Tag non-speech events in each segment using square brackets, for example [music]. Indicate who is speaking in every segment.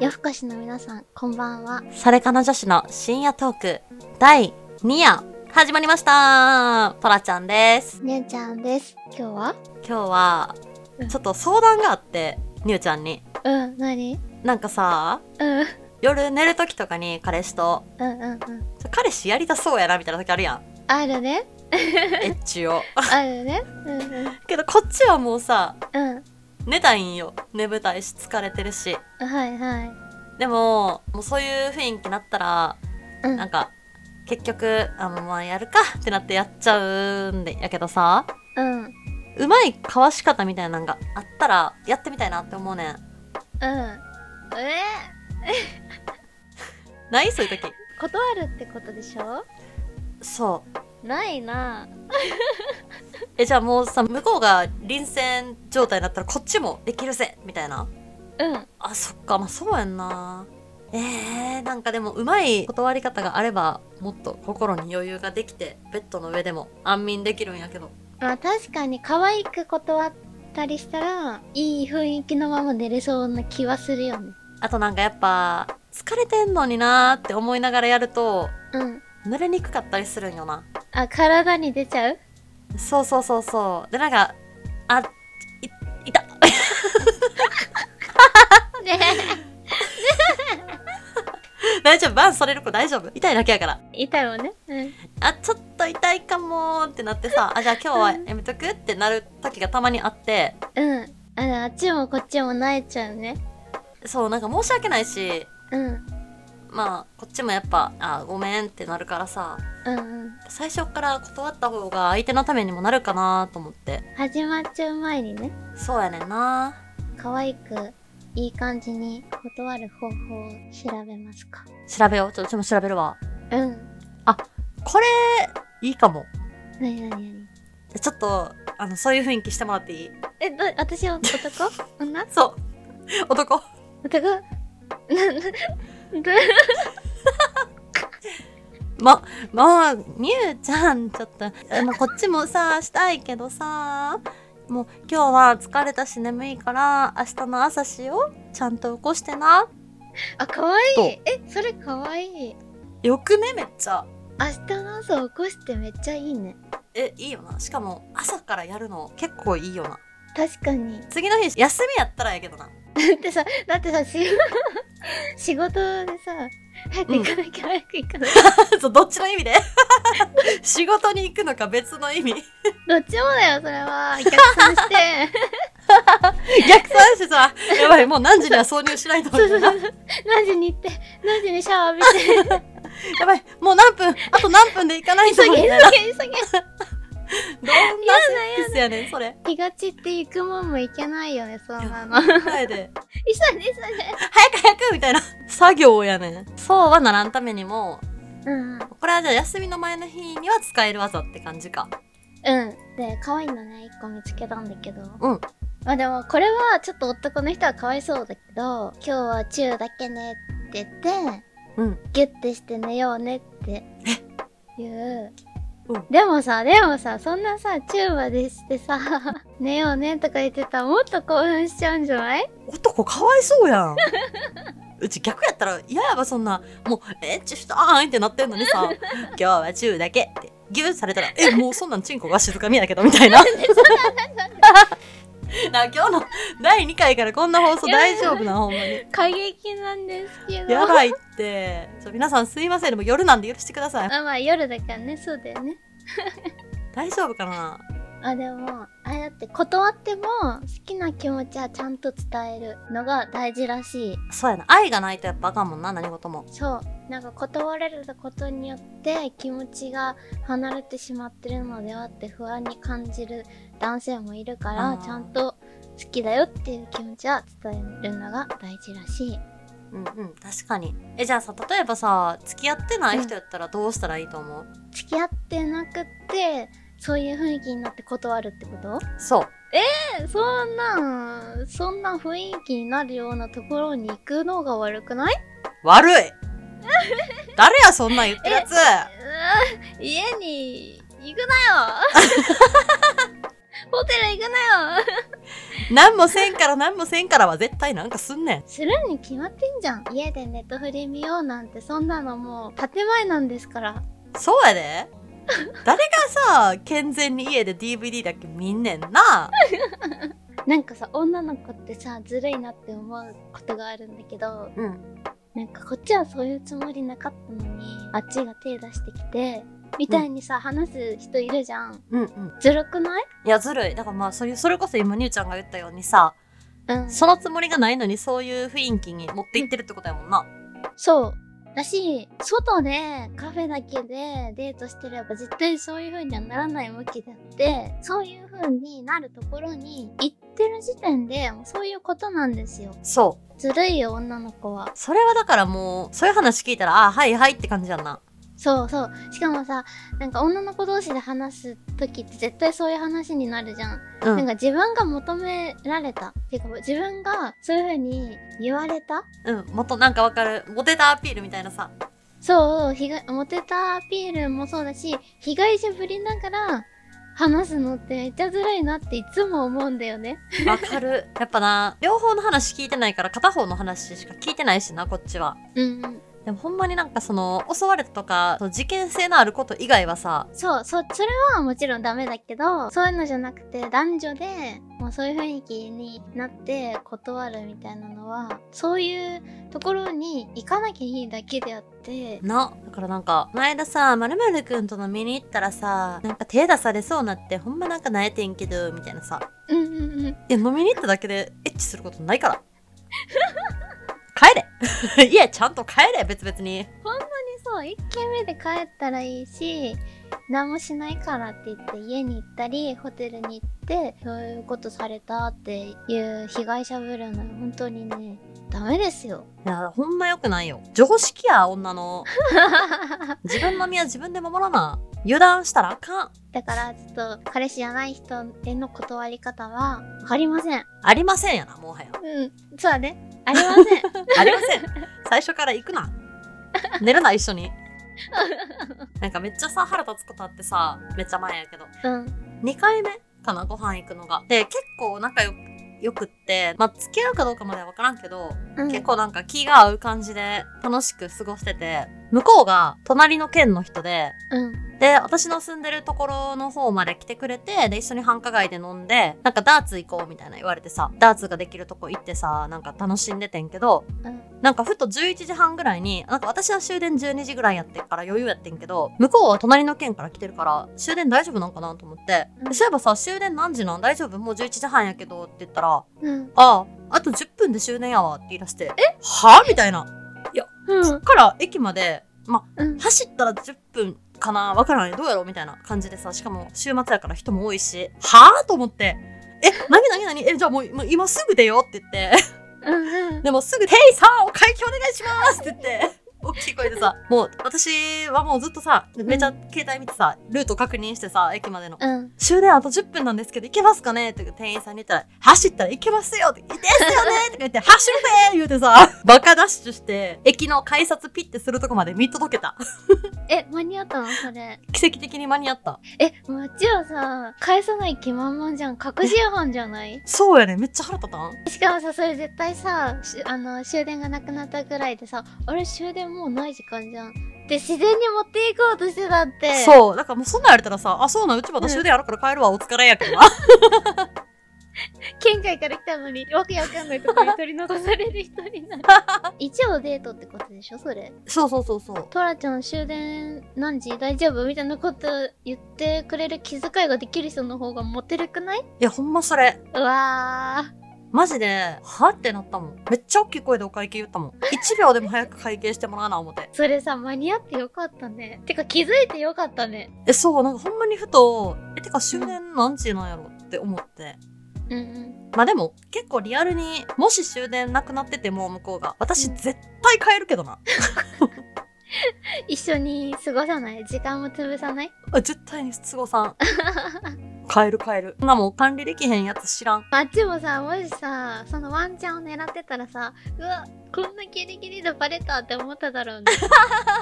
Speaker 1: 夜更かしの皆さん、こんばんは。
Speaker 2: それかの女子の深夜トーク第2夜始まりましたトラちゃんです。
Speaker 1: ねえちゃんです。今日は
Speaker 2: 今日は
Speaker 1: うん
Speaker 2: ちょっと相談があって、にゅうちゃんに。
Speaker 1: うん、なに
Speaker 2: なんかさ、
Speaker 1: うん、うん、
Speaker 2: 夜寝る時とかに彼氏と、
Speaker 1: うん、うん。
Speaker 2: ちょ彼氏やりたそうやなみたいな時あ
Speaker 1: [laughs]
Speaker 2: るやん。
Speaker 1: あるね。
Speaker 2: エッチを。 [laughs]
Speaker 1: あるね。うん、うん
Speaker 2: けどこっちはもうさ、、
Speaker 1: うん
Speaker 2: 寝たいんよ。眠たいし疲れてるし。。
Speaker 1: はい、はい。
Speaker 2: でも、もうそういう雰囲気になったら、
Speaker 1: うん
Speaker 2: なんか、結局、あ、もうまあやるかってなってやっちゃうんで、やけどさ、
Speaker 1: うん、うん。
Speaker 2: うまいかわし方みたいなのがあったらやってみたいなって思うねん
Speaker 1: え
Speaker 2: ないそういう時
Speaker 1: ー、断るってことでしょ
Speaker 2: そう
Speaker 1: ないな
Speaker 2: えじゃあもうさ向こうが臨戦状態になったらこっちもできるぜみたいな
Speaker 1: うん、
Speaker 2: あそっかまあそうやんなえー、なんかでもうまい断り方があればもっと心に余裕ができてベッドの上でも安眠できるんやけど
Speaker 1: まあ確かに可愛く断ったりしたらいい雰囲気のまま寝れそうな気はするよね
Speaker 2: あとなんかやっぱ疲れてんのになーって思いながらやると
Speaker 1: うん
Speaker 2: 濡れにくかったりするんよな
Speaker 1: あ体に出ちゃう
Speaker 2: そうそうそうそうでなんかあいいた
Speaker 1: ね
Speaker 2: [laughs] 大丈夫バンされる子大丈夫痛いだけやから
Speaker 1: [laughs] 痛いもんねうん
Speaker 2: あちょっと痛いかもーってなってさあじゃあ今日はやめとくってなる時がたまにあって
Speaker 1: うん。あの、あっちもこっちも泣いちゃうね。
Speaker 2: そうなんか申し訳ないし
Speaker 1: うん。うん
Speaker 2: まあこっちもやっぱあごめんってなるからさ
Speaker 1: うん。
Speaker 2: 最初から断った方が相手のためにもなるかなと思って
Speaker 1: 始まっちゃう前にね、
Speaker 2: そうやねんな
Speaker 1: 可愛く、いい感じに断る方法を調べますか。
Speaker 2: 調べようちょっとうちも調べるわ
Speaker 1: うん。
Speaker 2: これいいかも
Speaker 1: なになになに
Speaker 2: ちょっとあのそういう雰囲気してもらっていい
Speaker 1: え、ど、私は [laughs] 男女
Speaker 2: そう [laughs] 男
Speaker 1: 男な、な、ど
Speaker 2: ま、もう、みゆちゃん、ちょっと、えまあ、こっちもさ、したいけどさ、もう今日は疲れたし眠いから、明日の朝しよう。ちゃんと起こしてな。
Speaker 1: [laughs] あ、可愛い
Speaker 2: どう
Speaker 1: え、それ可愛いい。
Speaker 2: よくね、めっちゃ。
Speaker 1: 明日の朝起こしてめっちゃいいね。
Speaker 2: え、いいよな。しかも、朝からやるの結構いいよな。
Speaker 1: 確かに。
Speaker 2: 次の日、休みやったらやけどな。 [laughs]
Speaker 1: だってさ、だって [laughs] さ、し仕事でさ、早く行かなきゃ早く行かなきゃ [laughs]
Speaker 2: そうどっちの意味で [laughs] 仕事に行くのか別の意 [laughs] 味。
Speaker 1: どっちもだよ、それは。逆算して。
Speaker 2: 逆算してさ、やばい、もう何時には挿入しないと思
Speaker 1: そう
Speaker 2: う
Speaker 1: そう
Speaker 2: な。
Speaker 1: そう。何時に行って、何時にシャワー浴びて。
Speaker 2: やばい、もう何分、あと何分で行か [laughs] ないと
Speaker 1: 急
Speaker 2: 思う
Speaker 1: げ、急
Speaker 2: み
Speaker 1: げ
Speaker 2: たいな。、
Speaker 1: 急げ。
Speaker 2: どんなセックスやねん、それ。
Speaker 1: 気が散って行くもんも行けないよね、そんなの。急
Speaker 2: 前で。
Speaker 1: いで、急いで。
Speaker 2: 早く早くみたいな作業やねんそうはならんためにも
Speaker 1: うん。うん。
Speaker 2: これはじゃあ休みの前の日には使える技って感じか
Speaker 1: で、可愛いのね、一個見つけたんだけど。
Speaker 2: うん。
Speaker 1: まあでも、これはちょっと男の人はかわいそうだけど、今日はチューだけねって言って、
Speaker 2: うん
Speaker 1: ギュッてして寝ようねっていう、
Speaker 2: うん
Speaker 1: でもさでもさそんなさチューバでしてさ [laughs] 寝ようねとか言ってたらもっと興奮しちゃうんじゃない
Speaker 2: 男かわいそうやん [laughs] うち逆やったら嫌やわそんなもうエッチしたーんってなってんのに [laughs] さ今日はチューだけってギューされた [laughs] らえもうそんなんチンコが静かみやけどみたいな [laughs] な今日の第2回からこんな放送大丈夫なほんまに
Speaker 1: 過激なんですけど
Speaker 2: や
Speaker 1: い
Speaker 2: ばいってちょ皆さんすいませんでも夜なんで許してください
Speaker 1: あまあ夜だからねそうだよね
Speaker 2: 大丈夫かな
Speaker 1: あでもあれだって断っても好きな気持ちはちゃんと伝えるのが大事らしい
Speaker 2: そうやな愛がないとやっぱあかんもんな何事も
Speaker 1: そうなんか断られたことによって気持ちが離れてしまってるのではって不安に感じる男性もいるか
Speaker 2: あ
Speaker 1: ら
Speaker 2: ー
Speaker 1: ちゃんと好きだよっていう気持ちは伝えるのが大事らしい
Speaker 2: うんうん確かにえじゃあさ例えばさ付き合ってない人やったらどうしたらいいと思う、
Speaker 1: 付き合ってなくってそういう雰囲気になって断るってこと
Speaker 2: そう
Speaker 1: えそんなんそんな雰囲気になるようなところに行くのが悪くない
Speaker 2: 悪 [laughs] い誰やそんなん言ってるやつ
Speaker 1: うー家 [laughs] に行くなよホテル行くなよ
Speaker 2: 何もせんから何もせんからは絶対なんかすんねん。
Speaker 1: するに決まってんじゃん家でネットフリ見ようなんてそんなのもう建前なんですから
Speaker 2: そうやで。誰がさ、健全に家で DVD だけ見んねんな。
Speaker 1: なんかさ女の子ってさずるいなって思うことがあるんだけど
Speaker 2: うん。
Speaker 1: なんかこっちはそういうつもりなかったのにあっちが手出してきてみたいにさ、話す人いるじゃん
Speaker 2: うんうん。
Speaker 1: ずるくない
Speaker 2: いや、ずるい。だからまあ、そういう、それこそ今、にゅうちゃんが言ったようにさ、
Speaker 1: うん
Speaker 2: そのつもりがないのにそういう雰囲気に持っていってるってことやもんな。
Speaker 1: そうだし外でカフェだけでデートしてれば絶対そういう風にはならない向きであってそういう風になるところに行ってる時点でもうそういうことなんですよ
Speaker 2: そう。
Speaker 1: ずるいよ女の子は
Speaker 2: それはだからもう、そういう話聞いたら、ああ、はいはいって感じやんな。
Speaker 1: そうそうしかもさなんか女の子同士で話す時って絶対そういう話になるじゃん、
Speaker 2: う
Speaker 1: なん
Speaker 2: ん。
Speaker 1: か自分が求められたっていうか自分がそういう風に言われた
Speaker 2: うん。もっとなんかわかる。モテたアピールみたいなさ。
Speaker 1: そう被害モテたアピールもそうだし被害者ぶりながら話すのってめっちゃずるいなっていつも思うんだよね
Speaker 2: [laughs] わかる。やっぱな、両方の話聞いてないから、片方の話しか聞いてないしな、こっちは。
Speaker 1: うんうん
Speaker 2: でもほんまになんかその、襲われたとか、その事件性のあること以外はさ、
Speaker 1: そうそうそれはもちろんダメだけどそういうのじゃなくて男女でもうそういう雰囲気になって断るみたいなのはそういうところに行かなきゃいいだけであって
Speaker 2: な。だからなんか、この間さ、まるまるくんと飲みに行ったらさ、なんか手出されそうなって、ほんまなんか泣いてんけど、みたいなさ。
Speaker 1: うんうんうん
Speaker 2: いや、飲みに行っただけでエッチすることないから。帰れ [laughs] いや、ちゃんと帰れ別々に。
Speaker 1: そう1軒目で帰ったらいいし何もしないからって言って家に行ったりホテルに行ってそういうことされたっていう被害者ぶるの本当にねダメですよ [laughs]
Speaker 2: いや、ほんま良くないよ。常識や、女の。自分の身は自分で守らな。油断したらあかん。
Speaker 1: だからちょっと彼氏じゃない人への断り方は分かりません
Speaker 2: ありませんやな、もはや。
Speaker 1: うんそうだねありません
Speaker 2: ありません。最初から行くな。寝るな、一緒に。なんかめっちゃさ、腹立つことあってさ、めっちゃ前やけど。
Speaker 1: [laughs] うん
Speaker 2: 2回目かな、ご飯行くのが。で、結構仲良くよくって、まあ、付き合うかどうかまでは分からんけど、
Speaker 1: うん
Speaker 2: 結構なんか気が合う感じで楽しく過ごしてて、向こうが隣の県の人で、
Speaker 1: うん
Speaker 2: で、私の住んでるところの方まで来てくれて、で、一緒に繁華街で飲んで、なんかダーツ行こうみたいな言われてさ、ダーツができるとこ行ってさ、なんか楽しんでてんけど、
Speaker 1: うん
Speaker 2: なんかふと11時半ぐらいに、なんか私は終電12時ぐらいやってっから余裕やってんけど、向こうは隣の県から来てるから、終電大丈夫なんかなと思って、
Speaker 1: う
Speaker 2: で
Speaker 1: ん
Speaker 2: そういえばさ、終電何時なん大丈夫もう11時半やけどって言ったら、
Speaker 1: うん
Speaker 2: ああ、あと10分で終電やわって言い出して、えはあみたいな。
Speaker 1: う
Speaker 2: そっ
Speaker 1: ん
Speaker 2: から駅まで、まあ、
Speaker 1: うん
Speaker 2: 走ったら10分かなわからないどうやろうみたいな感じでさしかも週末やから人も多いしはあと思ってえ何何何えじゃあもうもう今すぐ出ようって [laughs] 言って
Speaker 1: うん
Speaker 2: でもすぐ「ヘイさんお会計お願いします」って言って。 [laughs] 大きい声でさ、もう私はもうずっとさ、めちゃ携帯見てさ、ルート確認してさ、駅までの。
Speaker 1: うん
Speaker 2: 終電あと10分なんですけど行けますかねって店員さんに言ったら「走ったら行けますよ」って「いいですよね」とか言って「走るぜ!」言うてさ [laughs] バカダッシュして駅の改札ピッてするとこまで見届けた
Speaker 1: え間に合ったのそれ
Speaker 2: 奇跡的に間に合った
Speaker 1: えもちろんさ返さない気満々じゃん確信犯じゃない
Speaker 2: そうやねめっちゃ腹立たん
Speaker 1: しかもさそれ絶対さしあの終電がなくなったぐらいでさあれ終電もうない時間じゃんで自然に持っていこうとしてたってう
Speaker 2: そうだからもうそんなんやれたらさ「あそうなんうちまだ終電あるから帰るわお疲れ」やけどな
Speaker 1: 県外から来たのにわけわかんないとこに取り残される人になる一応デートってことでしょそれ
Speaker 2: [laughs] そうそうそうそう
Speaker 1: トラちゃん終電何時大丈夫みたいなこと言ってくれる気遣いができる人の方がモテるくない
Speaker 2: いやほんまそれ
Speaker 1: うわー
Speaker 2: マジではってなったもんめっちゃ大きい声でお会計言ったもん1秒でも早く会計してもらわな思って
Speaker 1: それさ間に合ってよかったねてか気づいてよかったね
Speaker 2: えそうなんかほんまにふと「えてか終電何時なんやろ?」って思って
Speaker 1: うんうん
Speaker 2: まあでも結構リアルにもし終電なくなってても向こうが私絶対帰るけどな
Speaker 1: 一緒に過ごさない時間も潰さない
Speaker 2: あ絶対に過ごさん買える買えるそんなもん管理できへんやつ知らん
Speaker 1: あっちもさもしさそのワンちゃんを狙ってたらさうわこんなギリギリでバレたって思っただろう [laughs] ね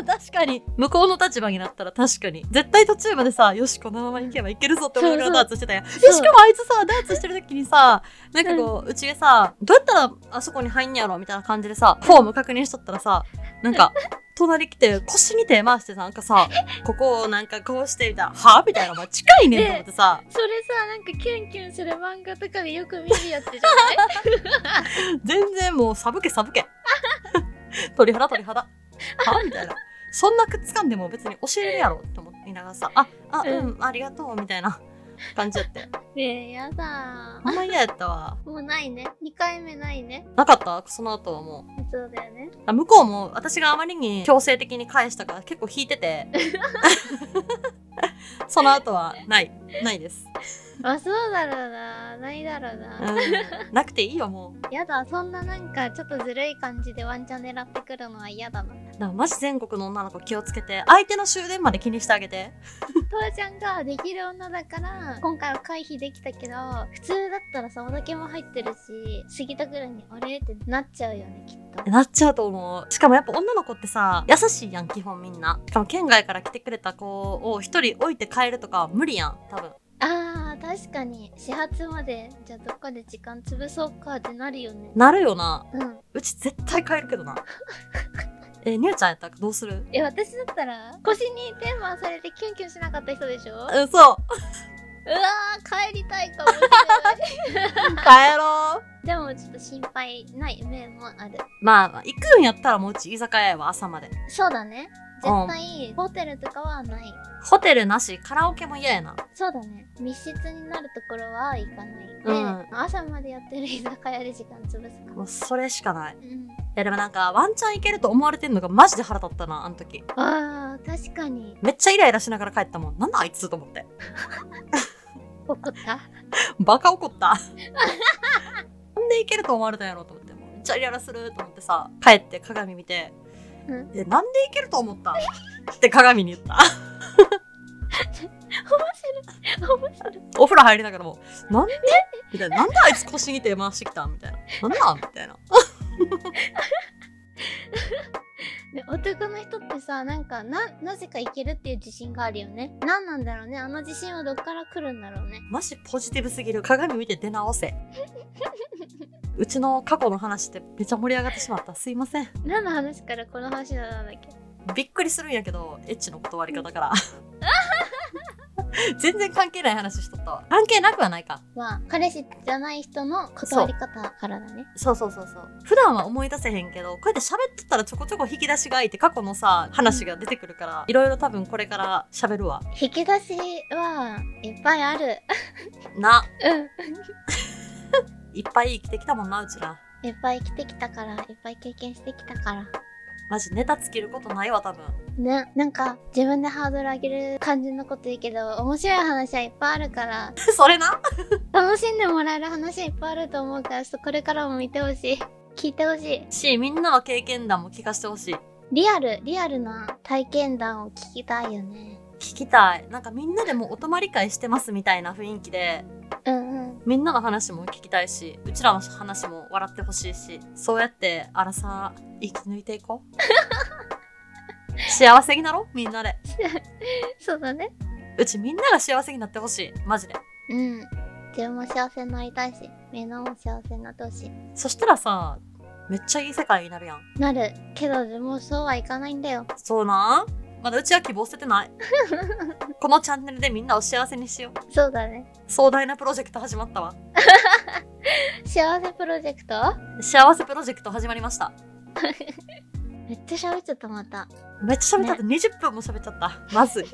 Speaker 2: あ確かに向こうの立場になったら確かに絶対途中までさよしこのまま行けばいけるぞって思いながらダーツしてたやん
Speaker 1: そう
Speaker 2: でしかもあいつさダーツしてる時にさなんかこううちでさどうやったらあそこに入んねやろみたいな感じでさフォーム確認しとったらさなんか隣来て腰に手回してさなんかさここをなんかこうしてみたいなはみたいなお前近いねんと思ってさ
Speaker 1: それさなんかキュンキュンする漫画とかでよく見るや [laughs] つじゃない
Speaker 2: 全然もう寒け寒け [laughs] 鳥肌鳥肌はみたいなそんなくっつかんでも別に教えれるやろって思いながらさああ
Speaker 1: う
Speaker 2: うんんありがとうみたいな感じやって
Speaker 1: ねえやだ
Speaker 2: あんま嫌やったわ
Speaker 1: もうないね2回目ないね
Speaker 2: なかったその後はもう
Speaker 1: そうだよね
Speaker 2: あ向こうも私があまりに強制的に返したから結構引いててその後はないないです、
Speaker 1: あそうだろうなないだろう
Speaker 2: う
Speaker 1: な、
Speaker 2: ん、なくていいよもう
Speaker 1: やだそんななんかちょっとずるい感じでワンちゃん狙ってくるのは嫌だな
Speaker 2: だからマジ全国の女の子気をつけて相手の終電まで気にしてあげて
Speaker 1: 父ちゃんができる女だから今回は回避できたけど普通だったらさお酒も入ってるし過ぎたぐらいにあれってなっちゃうよねきっと
Speaker 2: なっちゃうと思うしかもやっぱ女の子ってさ優しいやん基本みんなしかも県外から来てくれた子を一人置いて帰るとかは無理やん多分
Speaker 1: あー確かに始発までじゃあどっかで時間潰そうかってなるよね
Speaker 2: なるよな
Speaker 1: うん
Speaker 2: うち絶対帰るけどな [laughs] えにゅうちゃんやったらどうする
Speaker 1: え私だったら腰にテーマされてキュンキュンしなかった人でしょうわ
Speaker 2: うんそう
Speaker 1: ー帰りたいかもしれない
Speaker 2: 帰ろ [laughs] う
Speaker 1: でもちょっと心配ない面もある
Speaker 2: まあまあ行くんやったらもううち居酒屋やわ朝まで
Speaker 1: そうだね
Speaker 2: う
Speaker 1: 絶
Speaker 2: ん
Speaker 1: 対ホテルとかはない
Speaker 2: ホテルなしカラオケも嫌やな
Speaker 1: そうだね密室になるところは行かないで、
Speaker 2: うん
Speaker 1: 朝までやってる居酒屋で時間潰すか
Speaker 2: もうそれしかないい
Speaker 1: うん
Speaker 2: やでもなんかワンチャン行けると思われてんのがマジで腹立ったなあの時
Speaker 1: あー確かに
Speaker 2: めっちゃイライラしながら帰ったもんなんだあいつと思って
Speaker 1: 怒った
Speaker 2: バカ怒った。なんでいけると思われたんやろうと思って、もうめっちゃイライラすると思ってさ、帰って鏡見て、
Speaker 1: うん
Speaker 2: え、なんでいけると思ったんって鏡に言った。 [laughs]
Speaker 1: 面白い
Speaker 2: お風呂入りながらも、なんでみたいな、なんであいつ腰に手回してきたんみたいな。なんだみたいな。
Speaker 1: ね男の人ってさなんかななぜかいけるっていう自信があるよね何なんだろうねあの自信はどっから来るんだろうね
Speaker 2: マジポジティブすぎる。鏡見て出直せ。うちの過去の話ってめちゃ盛り上がってしまった。すいません。
Speaker 1: 何の話からこの話なんだっけ
Speaker 2: びっくりするんやけど、エッチの断り
Speaker 1: [laughs]
Speaker 2: 方から。全然関係ない話しとったわ。関係なくはないか。
Speaker 1: まあ彼氏じゃない人の断り方からだね
Speaker 2: そうそうそうそう普段は思い出せへんけどこうやって喋ってたらちょこちょこ引き出しが開いて過去のさ話が出てくるからいろいろ多分これから喋るわ
Speaker 1: 引き出しはいっぱいある
Speaker 2: な
Speaker 1: うん
Speaker 2: いっぱい生きてきたもんなうちら
Speaker 1: いっぱい来てきたからいっぱい経験してきたから
Speaker 2: マジネタ尽きることないわ多分 [laughs]
Speaker 1: ね、なんか自分でハードル上げる感じのこと言うけど面白い話はいっぱいあるから
Speaker 2: それな
Speaker 1: 楽しんでもらえる話はいっぱいあると思うからちょっとこれからも見てほしい聞いてほしい
Speaker 2: しみんなの経験談も聞かせてほしい
Speaker 1: リアルリアルな体験談を聞きたいよね
Speaker 2: 聞きたいなんかみんなでもうお泊まり会してますみたいな雰囲気で
Speaker 1: うんうん
Speaker 2: みんなの話も聞きたいしうちらの話も笑ってほしいしそうやってあらさ生き抜いていこ [laughs] う幸せになろうみんなで
Speaker 1: そうだね
Speaker 2: うちみんなが幸せになってほしいマジで
Speaker 1: うん自分も幸せになりたいしみんなも幸せになってほしい
Speaker 2: そしたらさめっちゃいい世界になるやん
Speaker 1: なるけどもうそうはいかないんだよ
Speaker 2: そうなまだうちは希望捨ててないこのチャンネルでみんなを幸せにしよう
Speaker 1: そうだね
Speaker 2: 壮大なプロジェクト始まったわ
Speaker 1: 幸せプロジェクト
Speaker 2: 幸せプロジェクト始まりました
Speaker 1: めっちゃ喋っちゃったまた
Speaker 2: めっちゃ喋っちゃった、20分も喋っちゃったまずい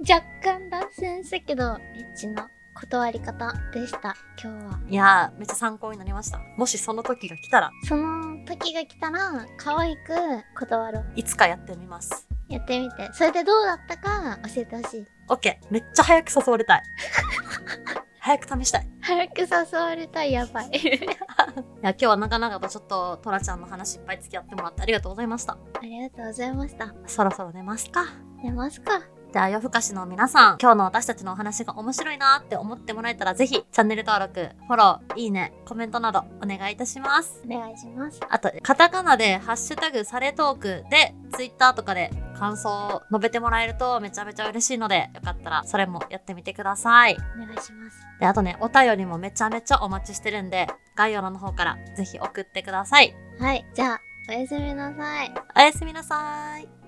Speaker 1: 若干脱線したけどエッチの断り方でした今日はい
Speaker 2: やーめっちゃ参考になりましたもしその時が来たら
Speaker 1: その時が来たら可愛く断ろう
Speaker 2: いつかやってみます
Speaker 1: やってみてそれでどうだったか教えてほしい
Speaker 2: OK めっちゃ早く誘われたい早く試したい
Speaker 1: 早く誘われたいや [laughs] ばい
Speaker 2: いや今日は長々とちょっとトラちゃんの話いっぱい付き合ってもらってありがとうございました
Speaker 1: ありがとうございました
Speaker 2: そろそろ寝ますか
Speaker 1: 寝ますか
Speaker 2: では夜更かしの皆さん今日の私たちのお話が面白いなって思ってもらえたらぜひチャンネル登録フォローいいねコメントなどお願いいたします
Speaker 1: お願いします。
Speaker 2: あとカタカナで「ハッシュタグされトーク」でツイッターとかで感想を述べてもらえるとめちゃめちゃ嬉しいのでよかったらそれもやってみてください
Speaker 1: お願いします。
Speaker 2: であとねお便りもめちゃめちゃお待ちしてるんで概要欄の方からぜひ送ってください
Speaker 1: はい、じゃあ、おやすみなさい。
Speaker 2: おやすみなさい